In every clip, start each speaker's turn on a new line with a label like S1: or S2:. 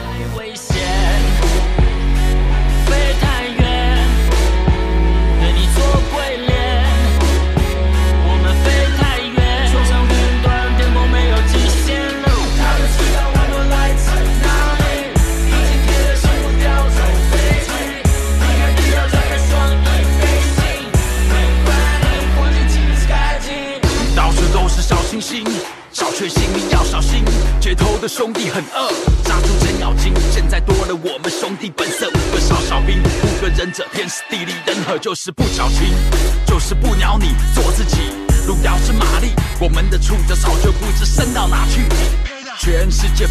S1: 太危险，飞太远，和你做鬼脸。我们飞太远，冲上云端，天空没有极限了。他们知道我们来自哪里，已经贴着幸福标准飞去。离开地球，张开双翼飞行，飞快地混进七十海景。
S2: 到处都是小星星，小确幸你要小心。街头的兄弟很饿，扎住程咬金。现在多了我们兄弟本色，五个少小兵，五个忍者，天时地利人和，就是不矫情，就是不鸟你，做自己。路遥知马力，我们的触角早就不知伸到哪去。全世界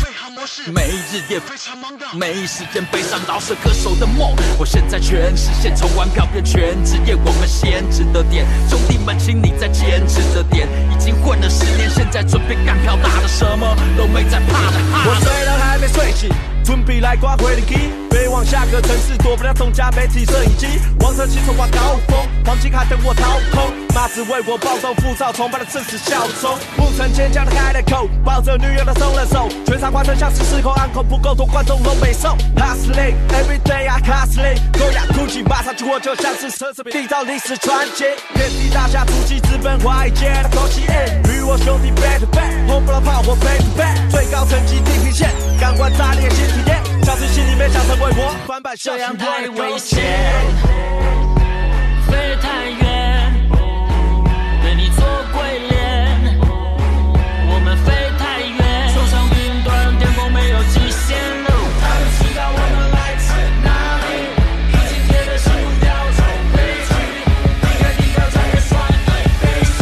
S2: 没日夜非常忙的，没时间悲伤饶舌歌手的梦。我现在全实现，从玩票变全职业，我们先值得点。兄弟们，请你再坚持着点，已经混了十年，现在准备干票大的，什么都没在怕的。哈
S1: 我
S2: 的
S1: 虽然还没睡醒，准备来刮回灵机。飞往下个城市，躲不了众家媒体摄影机。王者骑乘我高峰，黄金卡等我掏空。妈子为我暴动，浮躁崇拜的正是效忠。不曾坚强的开了口，抱着女友的松了手。全场观众像是失控，暗口不够多，观众都没送。Hustling every day I hustling，高雅突起马上去我就像是奢侈品。缔造历史传奇，遍地大侠足迹直奔华尔街的口气。与我兄弟 back to back，轰不了炮火 back to back，最高层级地平线，感官炸裂新体验，想是心里面想成为我，翻版
S2: 这样太危险
S1: 飞太远，哦对你做鬼脸。我们飞太远，冲上云端，天空没有极限了。他们知道我们来自哪里，已经贴着幸福标准飞去，离开地表，展开双翼飞行，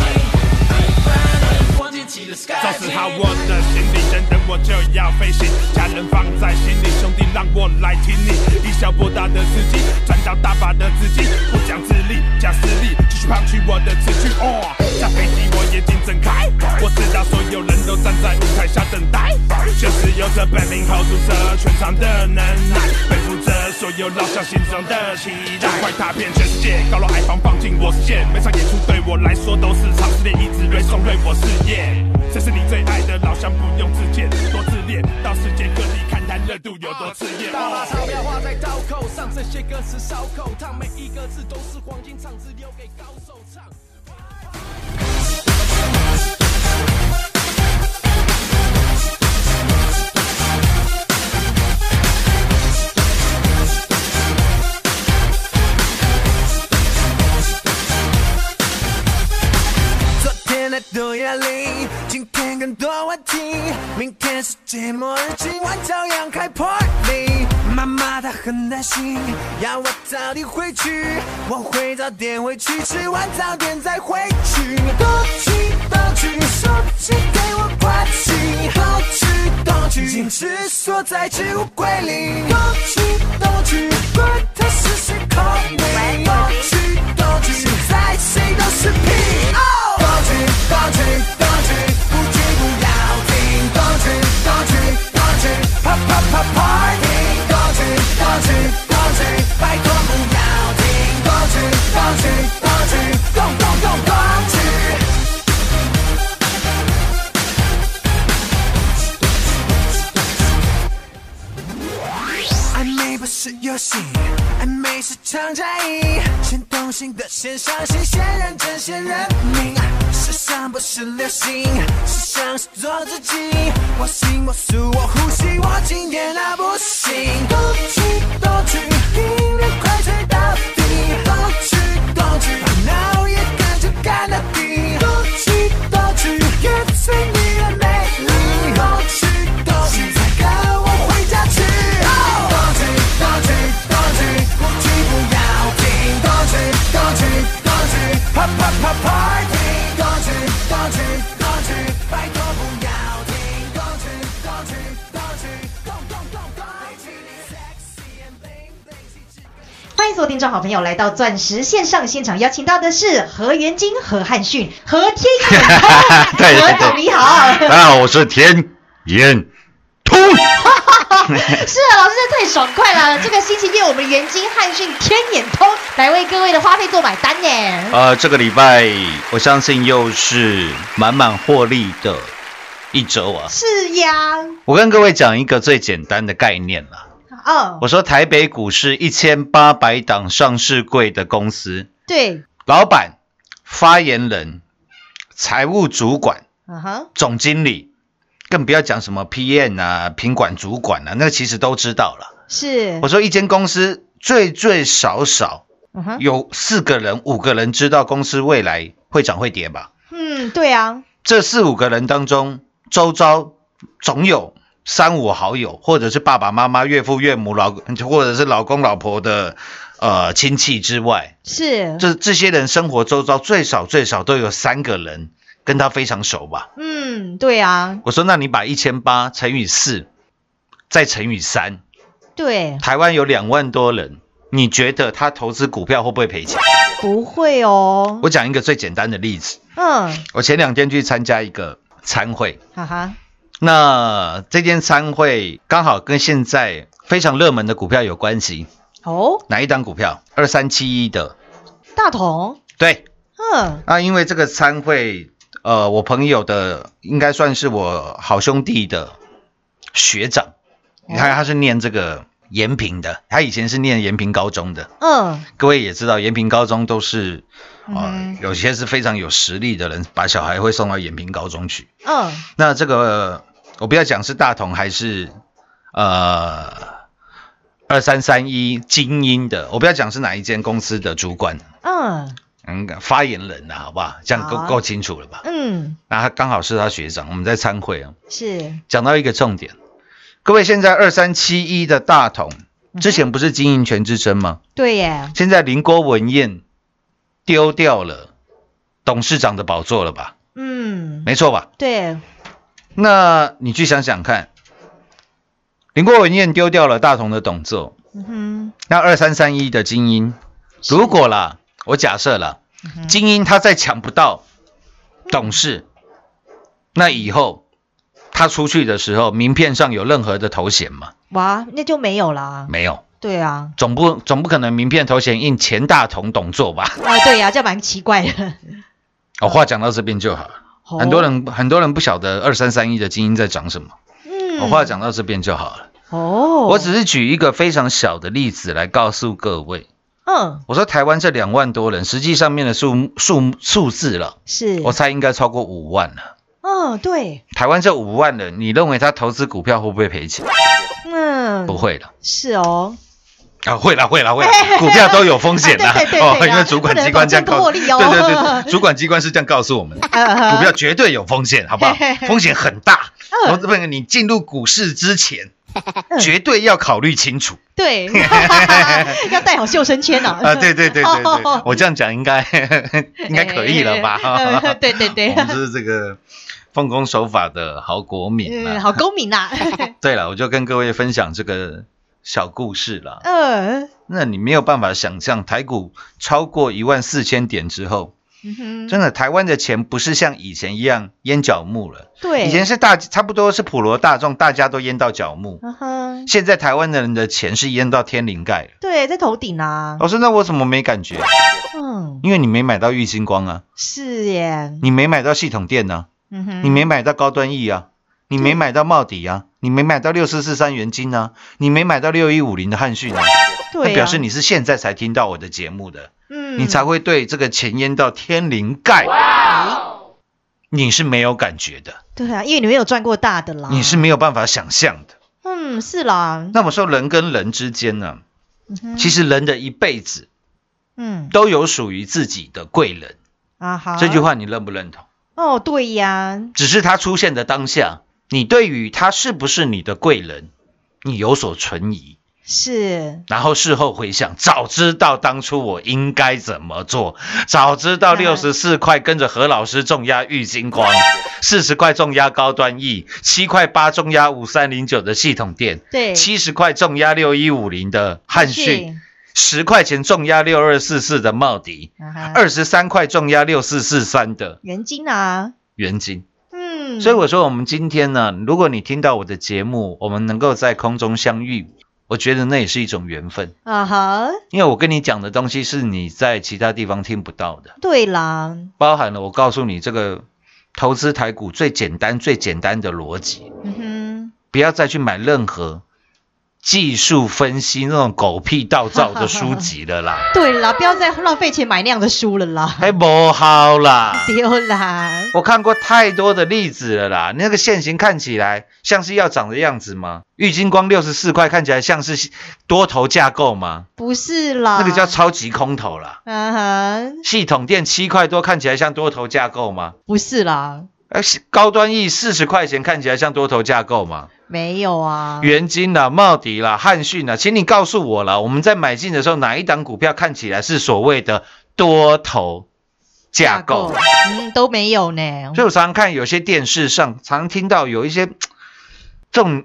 S1: 飞翻了黄金期的 sky。
S3: 收拾好我的行李，等等我就要飞行，家人放在心里，兄弟让我来挺你。以小博大的司机，传导大把的资金，不讲自立，讲实力，继续抛弃我的词句。哦，下飞机我眼睛睁开，我知道所有人都站在舞台下等待，就是有着本领 hold 住这全场的能耐，背负着所有老乡心中的期待，快踏遍全世界，高楼矮房放进我视线，每场演出对我来说都是场试炼，一直锐送对我事业。这是你最爱的老乡，不用自荐，多自恋，到世界各地看看热度有多炽烈。
S1: 大把
S3: 哦
S1: 钞票花在刀口上，这些歌词烧口烫，每一个字都是黄金，唱词留给高手唱。
S4: 昨天的多压力，今天更多问题，明天世界末日，今晚照样开 party。妈妈她很担心，要我早点回去，我会早点回去，吃完早点再回去。东去东去，手机给我关机。东去东去，坚持锁在置物柜里。东去东去，管他是谁 call me。东去东去，现在谁都是屁。哦，东去东去东去，不去不要停。东去东去东去，啪啪啪 party。东去东去东去，拜托不要停。东去东去东去，咚咚咚咚去。暧昧不是游戏，暧昧是场战役。先动心的先伤心，先认真先认命。时尚不是流行，时尚是做自己。我行我素我呼吸，我今天那不行。动去动去，音乐快吹到底。动去动去，烦恼也跟着干到底。动去动去，也随你的美丽。动去动去，才跟我回家去。动去动去动去，不去不要停。动去动去动去，啪啪啪 party。动去动去动去，拜托不要停。动去动去动去，动动动动去你 sexy。
S5: 欢迎锁定众好朋友来到钻石线上现场，邀请到的是何元金、何汉逊、何天佑，
S6: 对
S5: 何
S6: 对
S5: 总
S6: 对
S5: 你好。
S6: 大家好，我是田延通。
S5: 是啊，老师这太爽快了！这个星期六我们元金汉讯天眼通来为各位的花费做买单 呢。
S6: 呃，这个礼拜我相信又是满满获利的一周啊！
S5: 是呀，
S6: 我跟各位讲一个最简单的概念啦。
S5: 哦，
S6: 我说台北股市一千八百档上市柜的公司，
S5: 对，
S6: 老板、发言人、财务主管、
S5: 嗯哼，
S6: 总经理，更不要讲什么 PM 啊、品管主管啊，那个其实都知道了。
S5: 是
S6: 我，说一间公司最最少少
S5: 嗯哼，
S6: 有四个人、五个人知道公司未来会涨会跌吧？
S5: 嗯，对啊，
S6: 这四五个人当中，周遭总有三五好友，或者是爸爸妈妈、岳父岳母、老或者是老公老婆的呃亲戚之外，
S5: 是，
S6: 这这些人生活周遭最少最少都有三个人跟他非常熟吧？
S5: 嗯，对啊，
S6: 我说，那你把一千八乘以四，再乘以三，
S5: 对，
S6: 台湾有两万多人，你觉得他投资股票会不会赔钱？
S5: 不会哦，
S6: 我讲一个最简单的例子，
S5: 嗯，
S6: 我前两天去参加一个参会。
S5: 哈哈，
S6: 那这间参会刚好跟现在非常热门的股票有关系，
S5: 哦，
S6: 哪一档股票？二三七一的，
S5: 大同，
S6: 对。
S5: 嗯，
S6: 那因为这个参会，呃，我朋友的应该算是我好兄弟的学长，他他是念这个延平的，他以前是念延平高中的。
S5: 嗯，
S6: 各位也知道，延平高中都是，啊、
S5: 嗯
S6: 有些是非常有实力的人，把小孩会送到延平高中去。
S5: 嗯，
S6: 那这个我不要讲是大同还是呃二三三一精英的，我不要讲是哪一间公司的主管，
S5: 嗯，
S6: 嗯，发言人啊，好不好？这样够
S5: 好
S6: 够清楚了吧？
S5: 嗯，
S6: 那他刚好是他学长，我们在参会啊，
S5: 是，
S6: 讲到一个重点，各位现在二三七一的大同之前不是经营权之争吗？
S5: 对耶，
S6: 现在林郭文燕丢掉了董事长的宝座了吧？
S5: 嗯，
S6: 没错吧？
S5: 对，
S6: 那你去想想看，林国文彦丢掉了大同的董座，
S5: 嗯
S6: 那二三三一的精英，如果啦，我假设啦，
S5: 嗯哼，
S6: 精英他再抢不到董事，那以后他出去的时候，名片上有任何的头衔吗？
S5: 哇，那就没有啦，
S6: 没有，
S5: 对啊，
S6: 总不总不可能名片头衔印前大同董座吧？
S5: 啊，对呀、这蛮奇怪的。
S6: 我、话讲到这边就好了。很多，人很多人不晓得二三三一的精英在涨什么，
S5: 嗯
S6: 我、话讲到这边就好了。
S5: 哦，
S6: 我只是举一个非常小的例子来告诉各位，
S5: 嗯
S6: 我说台湾这两万多人，实际上面的数数数字了，
S5: 是，
S6: 我猜应该超过五万了。
S5: 嗯对，
S6: 台湾这五万人，你认为他投资股票会不会赔钱？
S5: 嗯
S6: 不会了
S5: 是哦，
S6: 啊，会了，会了，会了，股票都有风险的
S5: 啊对对对对啊
S6: 因为主管机关这样告，
S5: 不
S6: 对
S5: 能保证获利
S6: 对
S5: 哦
S6: 对，主管机关是这样告诉我们的，股
S5: 股
S6: 票绝对有风险，好不好
S5: 嘿嘿？嘿
S6: 风险很大，
S5: 嗯
S6: 投资朋友，你进入股市之前，绝对要考虑清楚。
S5: 对， 要戴好救生圈呢。
S6: 啊，对对对对对
S5: 哦，
S6: 我这样讲应该应该可以 了吧？
S5: 哎对对对
S6: 我们是这个奉公守法的好国民
S5: 嗯，
S6: 啊。
S5: 好公民呐。
S6: 对了，我就跟各位分享这个小故事啦。
S5: 嗯
S6: 那你没有办法想象，台股超过一万四千点之后，
S5: 嗯哼，
S6: 真的台湾的钱不是像以前一样淹脚木了。
S5: 对，
S6: 以前是大差不多是普罗大众，大家都淹到脚木。
S5: 嗯哼，
S6: 现在台湾的人的钱是淹到天灵盖了。
S5: 对，在头顶啊。
S6: 老师，那我怎么没感觉？
S5: 嗯，
S6: 因为你没买到玉金光啊。
S5: 是耶。
S6: 你没买到系统电呢、
S5: 嗯哼，
S6: 你没买到高端 E 啊，你没买到茂迪啊，你没买到六四四三元金啊，你没买到六一五零的汉讯啊，
S5: 对
S6: 那
S5: 啊
S6: 表示你是现在才听到我的节目的，
S5: 嗯，
S6: 你才会对这个前淹到天灵盖，你是没有感觉的，
S5: 对啊，因为你没有赚过大的啦。
S6: 你是没有办法想象的。
S5: 嗯是啦。
S6: 那我说人跟人之间呢、
S5: 嗯哼
S6: 其实人的一辈子
S5: 嗯
S6: 都有属于自己的贵人，
S5: 啊哈，
S6: 这句话你认不认同？
S5: 哦对呀，
S6: 只是他出现的当下，你对于他是不是你的贵人，你有所存疑，
S5: 是
S6: 然后事后回想，早知道当初我应该怎么做，早知道六十四块跟着何老师重压玉金光，四十块重压高端 E，七块八重压五三零九的系统店，
S5: 对，
S6: 七十块重压六一五零的汉讯，十块钱重压六二四四的茂迪，
S5: 啊哈
S6: 二十三块重压六四四三的
S5: 元金啊，
S6: 元金。
S5: 嗯，
S6: 所以我说，我们今天呢，如果你听到我的节目，我们能够在空中相遇，我觉得那也是一种缘分，
S5: 啊哈，
S6: 因为我跟你讲的东西是你在其他地方听不到的，
S5: 对啦，
S6: 包含了我告诉你这个投资台股最简单、最简单的逻辑，
S5: 嗯
S6: 不要再去买任何技术分析那种狗屁道造的书籍了啦，
S5: 哼，对啦，不要再浪费钱买那样的书了啦，
S6: 还不好啦。
S5: 丢啦，
S6: 我看过太多的例子了啦，那个现形看起来像是要涨的样子吗？郁金光六十四块看起来像是多头架构吗？
S5: 不是啦，
S6: 那个叫超级空头啦。
S5: 啊哈，
S6: 系统店七块多看起来像多头架构吗？
S5: 不是啦，
S6: 而高端 E 四十块钱看起来像多头架构吗？
S5: 没有啊，
S6: 元金啦、茂迪啦、汉讯啦，请你告诉我啦，我们在买进的时候哪一档股票看起来是所谓的多头架构？
S5: 嗯都没有呢，
S6: 所以我常常看有些电视上，常听到有一些这种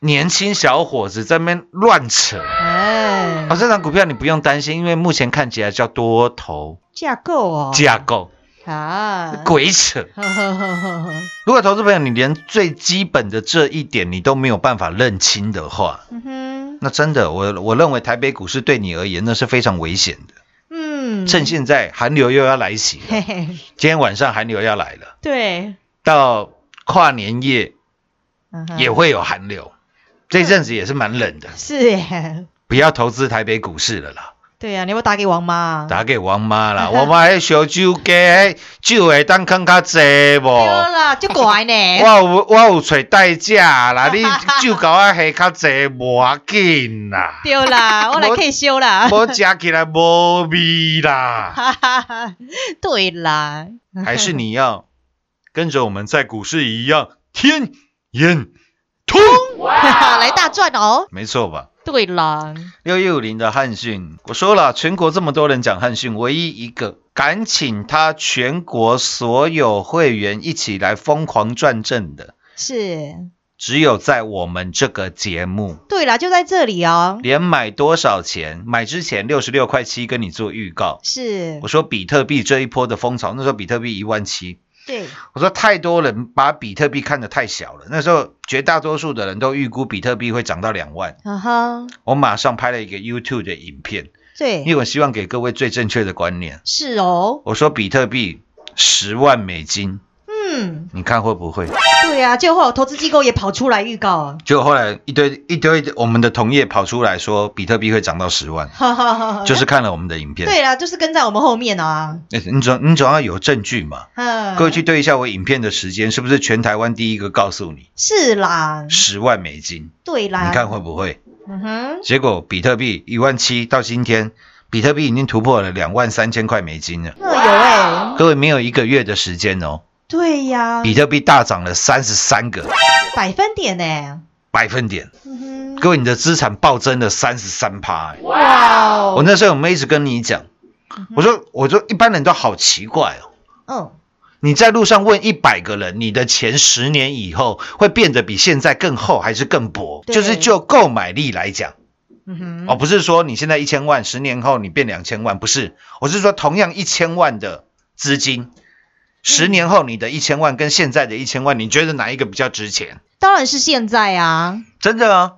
S6: 年轻小伙子在那边乱扯。
S5: 哎
S6: 啊，，这张股票你不用担心，因为目前看起来叫多头
S5: 架构哦，
S6: 架构，
S5: 啊，
S6: 鬼扯！
S5: 呵呵呵呵呵，
S6: 如果投资朋友你连最基本的这一点你都没有办法认清的话，
S5: 嗯哼，
S6: 那真的，我我认为台北股市对你而言那是非常危险的。
S5: 嗯，
S6: 趁现在寒流又要来袭了，
S5: 嘿嘿，
S6: 今天晚上寒流要来了，
S5: 对，
S6: 到跨年夜
S5: 嗯哼
S6: 也会有寒流，这阵子也是蛮冷的。
S5: 是耶，
S6: 不要投资台北股市了啦，
S5: 对啊呀、你要不要打给王妈？
S6: 打给王妈啦，我妈迄小酒家迄酒会当坑较济
S5: 对
S6: 无？
S5: 啦，就乖呢，
S6: 我有我有找代驾啦，你酒搞我下较济无要紧啦，
S5: 对 啦，我来退休啦，
S6: 无食起来无味啦。
S5: 哈哈哈， 对啦，
S6: 还是你要跟着我们在股市一样天眼通，
S5: 来大赚哦，
S6: 没错吧？
S5: 对啦，
S6: 六一五零的汉讯，我说了，全国这么多人讲汉讯，唯一一个敢请他全国所有会员一起来疯狂转正的，
S5: 是，
S6: 只有在我们这个节目。
S5: 对啦，就在这里哦，
S6: 连买多少钱，买之前六十六块七跟你做预告。
S5: 是
S6: 我，说比特币这一波的风潮，那时候比特币一万七，
S5: 对，
S6: 我说太多人把比特币看得太小了，那时候绝大多数的人都预估比特币会涨到两万。
S5: 哈哈，
S6: 我马上拍了一个 YouTube 的影片，因
S5: 对，
S6: 为我希望给各位最正确的观念。
S5: 是哦，
S6: 我说比特币十万美金，
S5: 嗯，
S6: 你看会不会？
S5: 对呀、啊，就后投资机构也跑出来预告啊，
S6: 结果后来一堆一堆我们的同业跑出来说，比特币会涨到十万，
S5: 哈哈哈哈，
S6: 就是看了我们的影片。
S5: 哦对啦，就是跟在我们后面啊，
S6: 诶你总你总要有证据嘛。
S5: 嗯，
S6: 各位去对一下我影片的时间，是不是全台湾第一个告诉你
S5: 是啦，
S6: 十万美金？
S5: 对啦，
S6: 你看会不会？
S5: 嗯哼，
S6: 结果比特币一万七到今天，比特币已经突破了两万三千块美金了。
S5: 那有哎、
S6: 各位没有一个月的时间哦，
S5: 对呀、
S6: 比特币大涨了三十三个
S5: 百分点呢、
S6: 百分点。
S5: 嗯哼，
S6: 各位，你的资产暴增了三十三趴。欸
S5: 哇哦
S6: 我，那时候我们一直跟你讲，我说，我说一般人都好奇怪哦。
S5: 嗯，
S6: 你在路上问一百个人，你的钱十年以后会变得比现在更厚还是更薄？
S5: 对
S6: 就是就购买力来讲，
S5: 嗯哼，
S6: 哦，不是说你现在一千万，十年后你变两千万，不是，我是说同样一千万的资金，
S5: 嗯
S6: 十年后你的一千万跟现在的一千万，你觉得哪一个比较值钱？
S5: 当然是现在啊，
S6: 真的啊，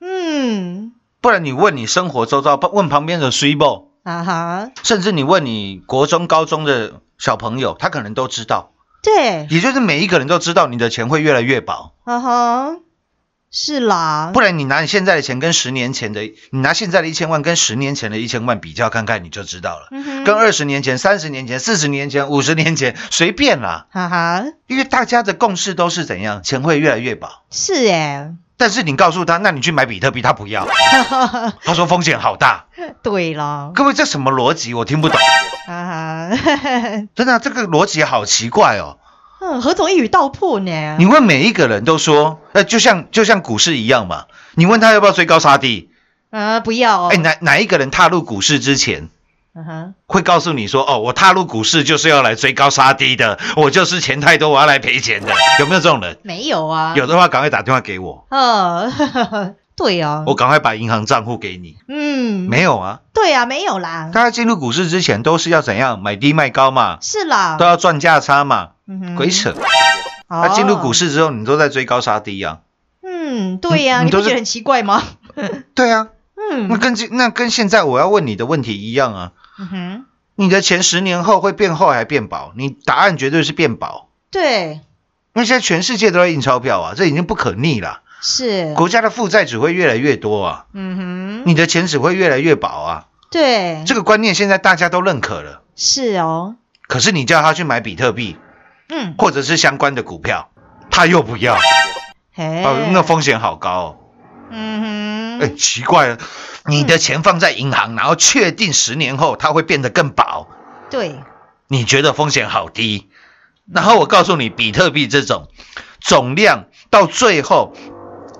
S5: 嗯，
S6: 不然你问你生活周遭，问旁边的 s u p e
S5: 啊哈，
S6: 甚至你问你国中、高中的小朋友，他可能都知道，
S5: 对，
S6: 也就是每一个人都知道你的钱会越来越薄，
S5: 啊哈，是啦
S6: 不，然你拿你现在的钱跟十年前的，你拿现在的一千万跟十年前的一千万比较看看，你就知道了。
S5: 嗯哼
S6: 跟二十年前、三十年前、四十年前、五十年前随便啦，
S5: 哈啊哈，
S6: 因为大家的共识都是怎样，钱会越来越薄。
S5: 是哎、
S6: 但是你告诉他，那你去买比特币，他不要，
S5: 欸，
S6: 他说风险好大。
S5: 对啦，
S6: 各位，这什么逻辑？我听不懂，
S5: 啊哈，
S6: 真的啊、这个逻辑好奇怪哦。
S5: 嗯，何总一语道破呢？
S6: 你问每一个人都说，呃，就像就像股市一样嘛。你问他要不要追高杀低？
S5: 啊，不要、哦，
S6: 哎、哪哪一个人踏入股市之前
S5: 啊哈，
S6: 会告诉你说，哦，我踏入股市就是要来追高杀低的，我就是钱太多，我 要来赔钱的，有没有这种人？
S5: 没有啊，
S6: 有的话，赶快打电话给我。
S5: 呃，呵呵呵 对哦，
S6: 我赶快把银行账户给你。
S5: 嗯，
S6: 没有啊，
S5: 对啊，没有啦，
S6: 大家进入股市之前都是要怎样买低卖高嘛，
S5: 是啦
S6: 都，要赚价差嘛，
S5: 啊嗯哼
S6: 啊鬼扯！
S5: 哦
S6: 那进入股，市之后，你都在追高杀低啊？
S5: 嗯，对呀，你
S6: 你你都
S5: 不
S6: 是
S5: 觉得很奇怪吗？
S6: 对啊，那
S5: 嗯，
S6: 跟这那跟现在我要问你的问题一样啊。
S5: 嗯哼，
S6: 你的钱十年后会变厚还变薄？你答案绝对是变薄，
S5: 对，
S6: 因为现在全世界都在印钞票啊，这已经不可逆了。
S5: 是，
S6: 国家的负债只会越来越多啊，
S5: 嗯哼，
S6: 你的钱只会越来越薄啊。
S5: 对，
S6: 这个观念现在大家都认可了，
S5: 是哦，
S6: 可是你叫他去买比特币
S5: 嗯，
S6: 或者是相关的股票，他又不要，
S5: 嘿，
S6: 哦，那，风险好高哦。
S5: 嗯
S6: 哎、
S5: 哼，
S6: 奇怪了，你的钱放在银行，然后确定十年后它会变得更薄，
S5: 对，
S6: 你觉得风险好低？然后我告诉你，比特币这种总量到最后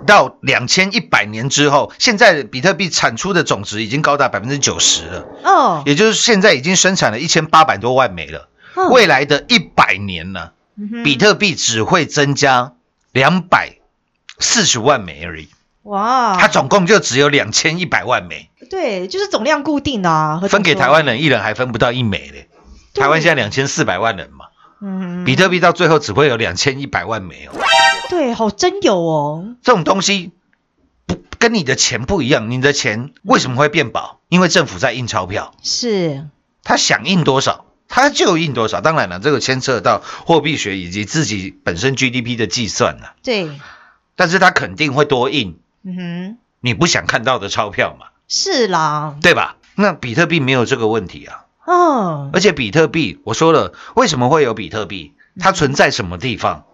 S6: 到两千一百年之后，现在比特币产出的总值已经高达百分之九十了，
S5: 哦，
S6: 也就是现在已经生产了一千八百多万枚了。
S5: 嗯
S6: 未来的一百年呢，
S5: 嗯哼
S6: 比特币只会增加两百四十万枚而已，
S5: 哇，
S6: 它总共就只有两千一百万枚。
S5: 对，就是总量固定的啊，和
S6: 分给
S5: 总
S6: 台
S5: 数
S6: 湾人，一人还分不到一枚嘞。
S5: 对
S6: 台湾现在两千四百万人嘛，
S5: 嗯，
S6: 比特币到最后只会有两千一百万枚哦。
S5: 对，好真有哦，
S6: 这种东西不跟你的钱不一样，你的钱为什么会变薄？因为政府在印钞票，
S5: 是，
S6: 他想印多少。他就印多少，当然了，这个牵涉到货币学以及自己本身 GDP 的计算了、
S5: 对，
S6: 但是他肯定会多印
S5: 嗯哼，
S6: 你不想看到的钞票嘛，
S5: 是啦，
S6: 对吧？那比特币没有这个问题啊，
S5: 嗯，
S6: 而且比特币，我说了，为什么会有比特币？它存在什么地方？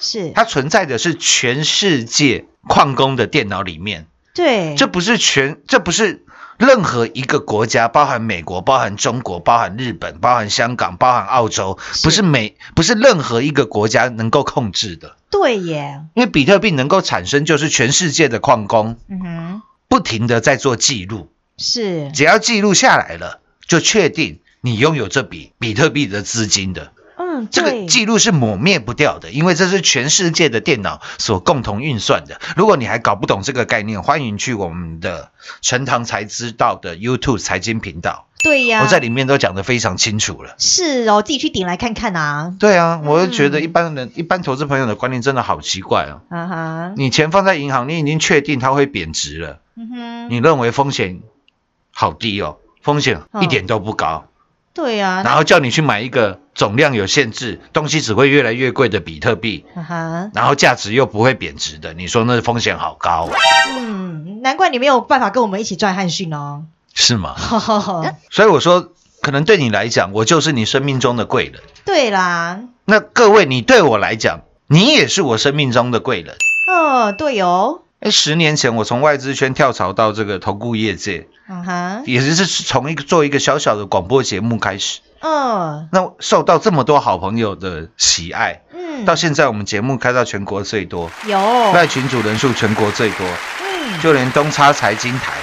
S5: 是，
S6: 它存在的是全世界矿工的电脑里面，
S5: 对，
S6: 这不是全，这不是任何一个国家，包含美国、包含中国、包含日本、包含香港、包含澳洲，不是每不是任何一个国家能够控制的，
S5: 对耶，
S6: 因为比特币能够产生，就是全世界的矿工
S5: 嗯哼，
S6: 不停的在做记录，
S5: 是，
S6: 只要记录下来了，就确定你拥有这笔比特币的资金的。
S5: 嗯，
S6: 这
S5: 对
S6: 个记录是抹灭不掉的，因为这是全世界的电脑所共同运算的。如果你还搞不懂这个概念，欢迎去我们的陈堂才知道的 YouTube 财经频道，
S5: 对呀，
S6: 我在里面都讲得非常清楚了。
S5: 是哦，自己去点来看看啊，
S6: 对啊，我就觉得一般人、一般投资朋友的观念真的好奇怪哦。
S5: 啊哈，
S6: 你钱放在银行，你已经确定它会贬值了，
S5: 嗯哼，
S6: 你认为风险好低哦，风险一点都不高，
S5: 对啊呀，
S6: 然后叫你去买一个总量有限制、东西只会越来越贵的比特币。
S5: 啊哈，
S6: 然后价值又不会贬值的，你说那风险好高、哦，
S5: 嗯，难怪你没有办法跟我们一起赚汉逊哦，
S6: 是吗？
S5: 哈哈哈，
S6: 所以我说，可能对你来讲，我就是你生命中的贵人。
S5: 对啦，
S6: 那各位，你对我来讲，你也是我生命中的贵人。
S5: 哦，对哦，
S6: 哎，十年前我从外资圈跳槽到这个投顾业界，
S5: 啊哈，
S6: 也就是从一个做一个小小的广播节目开始，
S5: 嗯
S6: 那受到这么多好朋友的喜爱，
S5: 嗯，哦
S6: 到现在我们节目开到全国最多，
S5: 有，
S6: 赖群主人数全国最多，
S5: 嗯，
S6: 就连东差财经台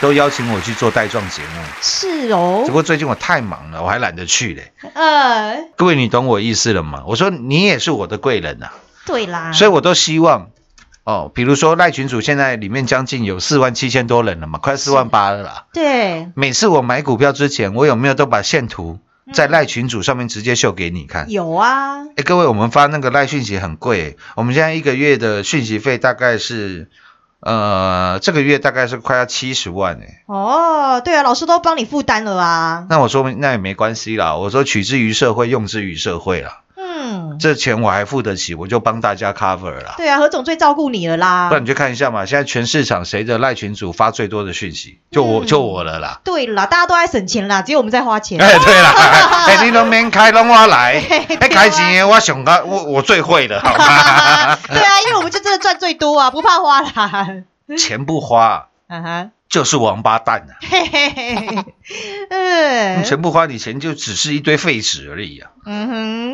S6: 都邀请我去做带状节目。
S5: 是哦
S6: 只不，过最近我太忙了，我还懒得去嘞。
S5: 呃，
S6: 各位，你懂我意思了吗？我说你也是我的贵人呐、
S5: 对啦，
S6: 所以我都希望哦，比如说赖群主现在里面将近有四万七千多人了嘛，快四万八了啦。
S5: 对，
S6: 每次我买股票之前，我有没有都把线图在赖群主上面直接秀给你看？
S5: 嗯有啊，
S6: 哎，各位，我们发那个赖讯息很贵欸，我们现在一个月的讯息费大概是，呃，这个月大概是快要七十万哎、
S5: 哦，对啊，老师都帮你负担了啊，
S6: 那我说那也没关系啦，我说取之于社会，用之于社会啦。
S5: 嗯，
S6: 这钱我还付得起，我就帮大家 cover 了啦。
S5: 对啊，何总最照顾你了啦
S6: 不，然你就看一下嘛，现在全市场谁的赖群主发最多的讯息，就我、
S5: 嗯
S6: 就我了啦。
S5: 对啦，大家都在省钱啦，只有我们在花钱，
S6: 哎，对啦，哎，你都免开，拢我来
S5: 嘿对啊，
S6: 哎，开钱的我想到我我最会的，好吗？
S5: 对啊，因为我们就真的赚最多啊，不怕花啦，
S6: 钱不花
S5: 啊哈，
S6: 就是王八蛋啊！
S5: 嘿嘿嘿，
S6: 你
S5: 嗯，
S6: 钱不花，你钱就只是一堆废纸而已啊，
S5: 嗯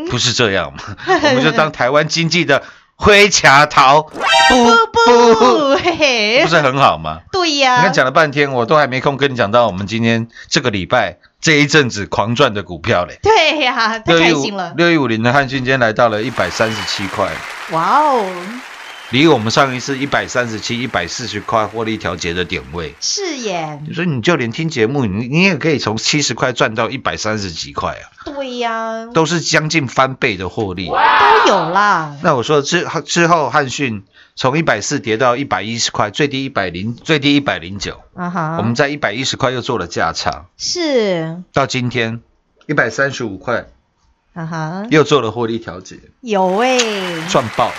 S5: 哼，
S6: 不是这样吗？ 我们就当台湾经济的灰卡桃，不
S5: 不不，嘿嘿
S6: 不，是很好吗？
S5: 对啊呀，
S6: 你看讲了半天，我都还没空跟你讲到我们今天这个礼拜这一阵子狂赚的股票嘞。
S5: 对啊呀，太
S6: 六一
S5: 开
S6: 五
S5: 心了，
S6: 六一五零的汉讯今天来到了一百三十七块，
S5: 哇哦，
S6: 离我们上一次一百三十七、一百四十块获利调节的点位。
S5: 是耶，
S6: 所以你就连听节目，你你也可以从七十块赚到一百三十几块啊，
S5: 对呀，
S6: 都是将近翻倍的获利。
S5: 都有啦，
S6: 那我说之后之后汉讯从一百四跌到一百一十块，最低一百零最低一百零九，
S5: 啊哈，
S6: 我们在一百一十块又做了价差，
S5: 是
S6: 到今天一百三十五块
S5: 啊哈，
S6: 又做了获利调节，
S5: 有哎，
S6: 赚爆了。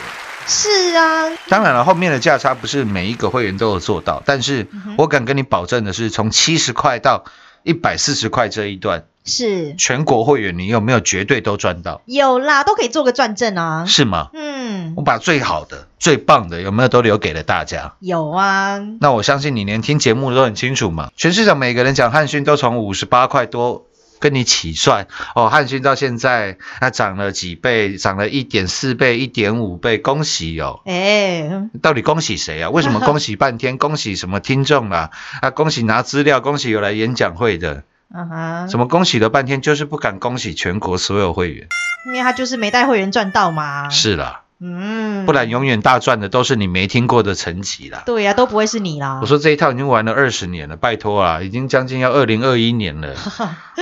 S5: 是啊，
S6: 当然了，后面的价差不是每一个会员都有做到，但是我敢跟你保证的是，从七十块到一百四十块这一段，
S5: 是
S6: 全国会员你有没有绝对都赚到？
S5: 有啦，都可以做个转正啊，
S6: 是吗？
S5: 嗯
S6: 我，把最好的、最棒的有没有都留给了大家？
S5: 有啊，
S6: 那我相信你连听节目都很清楚嘛。全市场每个人讲汉讯都从五十八块多跟你起算哦，汉讯到现在那涨了几倍，涨了一点四倍、一点五倍，恭喜哦！
S5: 哎，
S6: 到底恭喜谁啊？为什么恭喜半天？ 恭喜什么听众啦、啊？恭喜拿资料，恭喜有来演讲会的，
S5: 啊哈，
S6: 怎么恭喜了半天就是不敢恭喜全国所有会员？
S5: 因为他就是没带会员赚到嘛，
S6: 是啦，
S5: 嗯，
S6: 不然永远大赚的都是你没听过的层级啦。
S5: 对呀，都不会是你啦
S6: 我，说这一套已经玩了二十年了，拜托啊，已经将近要二零二一年了，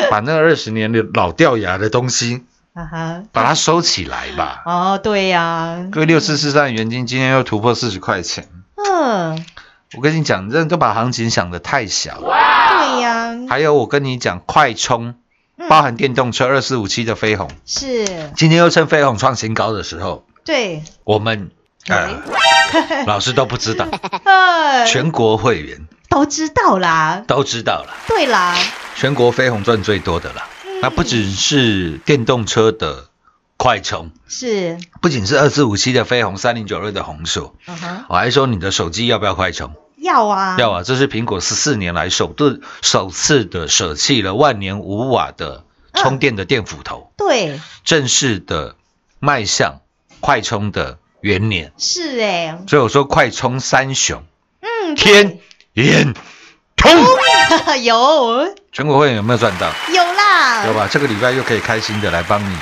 S6: 把那二十年的老掉牙的东西，
S5: 啊哈，
S6: 把它收起来吧。
S5: 哦，对呀，
S6: 各位六四四三的元金今天又突破四十块钱，
S5: 嗯，
S6: 我跟你讲，真的都把行情想得太小了。
S5: 对呀，
S6: 还有我跟你讲，快充，
S5: 嗯
S6: 包含电动车二四五七的飞鸿，
S5: 是，
S6: 今天又趁飞鸿创新高的时候，
S5: 对，
S6: 我们呃，老师都不知道，
S5: 呃，
S6: 全国会员
S5: 都知道啦，
S6: 都知道了。
S5: 对啦，
S6: 全国飞鸿赚最多的啦。那不只是电动车的快充，
S5: 是，
S6: 不仅是二四五七的飞鸿、三零九二的红硕，
S5: 啊哈，
S6: 我还说你的手机要不要快充？
S5: 要啊，
S6: 要啊！这是苹果十四年来首度首次的舍弃了万年五瓦的充电的电斧头，
S5: 对，
S6: 正式的迈向快充的元年。
S5: 是哎、
S6: 所以我说快充三雄，
S5: 嗯，
S6: 天眼通。
S5: 对有
S6: 全国会员有没有赚到？
S5: 有啦，
S6: 有？吧？这个礼拜又可以开心的来帮你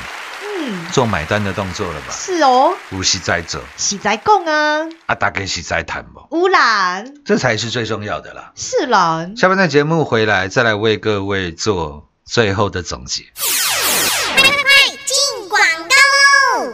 S5: 嗯，
S6: 做买单的动作了吧？
S5: 是哦，
S6: 无息在走，
S5: 喜宅供啊，
S6: 啊，大概是在谈嘛，
S5: 乌啦，
S6: 这才是最重要的啦。
S5: 是啦，
S6: 下半段节目回来，再来为各位做最后的总结。
S7: 进广告喽！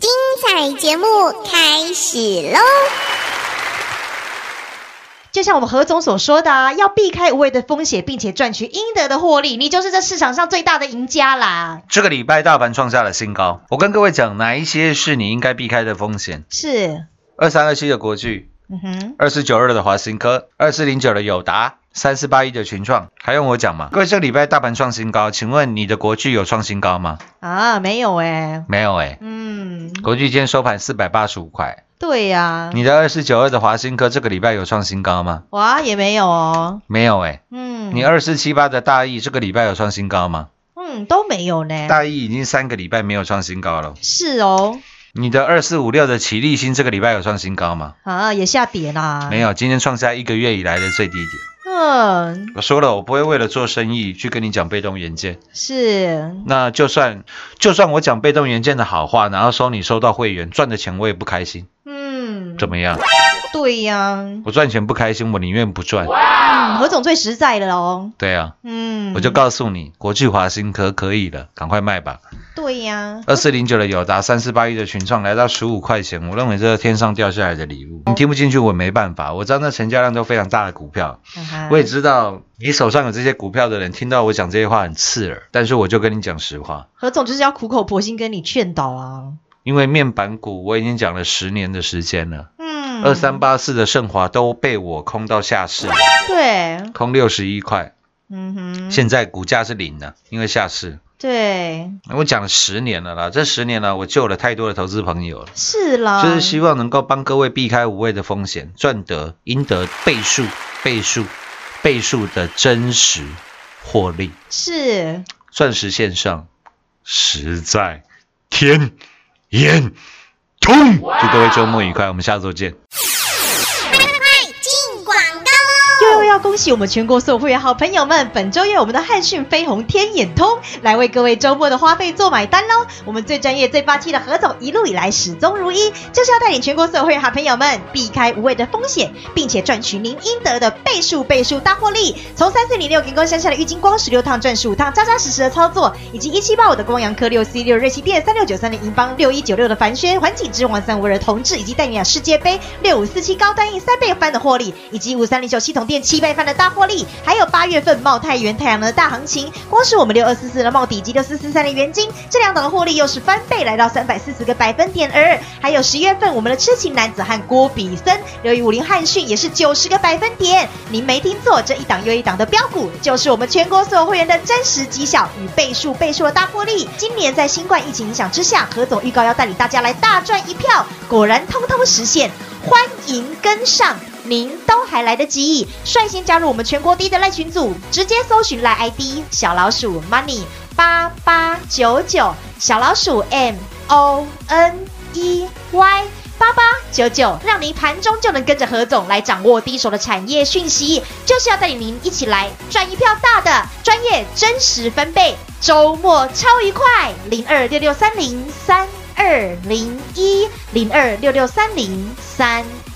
S7: 精彩节目开始喽！
S5: 就像我们何总所说的、啊，要避开无谓的风险，并且赚取应得的获利，你就是这市场上最大的赢家啦。
S6: 这个礼拜大盘创下了新高，我跟各位讲哪一些是你应该避开的风险：
S5: 是，
S6: 二三二七的国巨，
S5: 嗯哼，
S6: 二四九二的华新科，二四零九的友达。三四八一的群创还用我讲吗？各位，这个礼拜大盘创新高，请问你的国巨有创新高吗？
S5: 啊，没有哎、
S6: 没有哎、
S5: 嗯，
S6: 国巨今天收盘四百八十五块。
S5: 对呀、
S6: 你的二四九二的华新科这个礼拜有创新高吗？
S5: 哇，也没有哦，
S6: 没有哎、
S5: 嗯，
S6: 你二四七八的大益这个礼拜有创新高吗？
S5: 嗯都没有呢，
S6: 大益已经三个礼拜没有创新高了。
S5: 是哦，
S6: 你的二四五六的奇力新这个礼拜有创新高吗？
S5: 啊，也下跌啦，
S6: 没，有，今天创下一个月以来的最低点。
S5: 嗯，
S6: 我说了，我不会为了做生意去跟你讲被动元件。
S5: 是，
S6: 那就算就算我讲被动元件的好话，然后收你收到会员赚的钱，我也不开心，
S5: 嗯，
S6: 怎么样？
S5: 对呀、
S6: 我赚钱不开心，我宁愿不赚。
S5: 嗯，何总最实在了哦。
S6: 对啊，
S5: 嗯，
S6: 我就告诉你，国际华新科可以了，赶快卖吧。
S5: 对呀、
S6: 二四零九的友达，三四八一的群创来到十五块钱，我认为这是天上掉下来的礼物。你听不进去，我没办法。我知道那成交量都非常大的股票，
S5: 嗯哼
S6: 我也知道你手上有这些股票的人，听到我讲这些话很刺耳，但是我就跟你讲实话，
S5: 何总就是要苦口婆心跟你劝导啊。
S6: 因为面板股我已经讲了十年的时间了，
S5: 嗯，
S6: 二三八四的盛华都被我空到下市，
S5: 对，
S6: 空六十一块，
S5: 嗯哼，
S6: 现在股价是零了，因为下市。
S5: 对，
S6: 我讲了十年了啦，这十年来我救了太多的投资朋友了。
S5: 是啦，
S6: 就是希望能够帮各位避开无谓的风险，赚得应得倍数、倍数、倍数的真实获利。
S5: 是
S6: 钻石线上，实在天眼通。祝各位周末愉快，我们下周见。
S7: 进广告
S5: 又要恭喜我们全国所有会员好朋友们，本周又有我们的汉讯飞鸿天眼通来为各位周末的花费做买单喽！我们最专业、最霸气的何总一路以来始终如一，就是要带领全国所有会员好朋友们避开无谓的风险，并且赚取您应得的倍数倍数大获利。从三四零六零工山下的郁金光十六趟赚十五趟，扎扎实实的操作，以及一七八五的光阳科六 C 六瑞奇店三六九三的银邦六一九六的凡轩环景之王三五二的同志，以及带领世界杯六五四七高单印三倍翻的获利，以及五三零九系统店七倍翻的大获利，还有八月份茂泰元太阳能的大行情，光是我们六二四四的茂底以及六四四三的元金，这两档的获利又是翻倍，来到三百四十个百分点而已。还有十月份我们的痴情男子汉郭比森六一五零汉讯也是九十个百分点，您没听错，这一档又一档的标股就是我们全国所有会员的真实绩效与倍数倍数的大获利。今年在新冠疫情影响之下，何总预告要带领大家来大赚一票，果然通通实现，欢迎跟上。您都还来得及，率先加入我们全国第一的赖群组，直接搜寻赖 ID 小老鼠 money 八八九九，小老鼠 m o n e y 八八九九，让您盘中就能跟着何总来掌握第一手的产业讯息，就是要带领您一起来赚一票大的专业真实翻倍，周末超愉快，零二六六三零三二零一零二六六三零三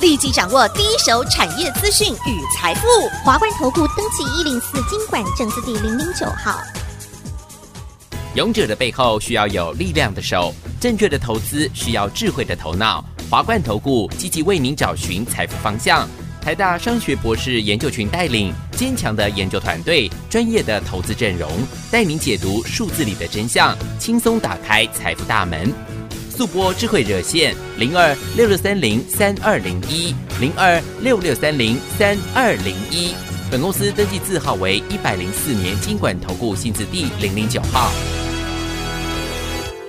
S7: 立即掌握第一手产业资讯与财富。
S8: 华冠投顾登记一零四经管证字第零零九号。
S9: 勇者的背后需要有力量的手，正确的投资需要智慧的头脑。华冠投顾积极为您找寻财富方向。台大商学博士研究群带领坚强的研究团队、专业的投资阵容，带您解读数字里的真相，轻松打开财富大门。速播智慧热线零二六六三零三二零一零二六六三零三二零一。本公司登记字号为一百零四年经管投顾新字第零零九号。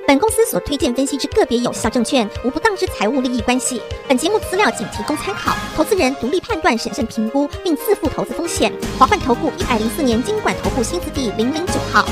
S8: 本公司所推荐分析之个别有效证券，无不当之财务利益关系。本节目资料仅提供参考，投资人独立判断、审慎评估，并自负投资风险。华冠投顾一百零四年经管投顾新字第零零九号。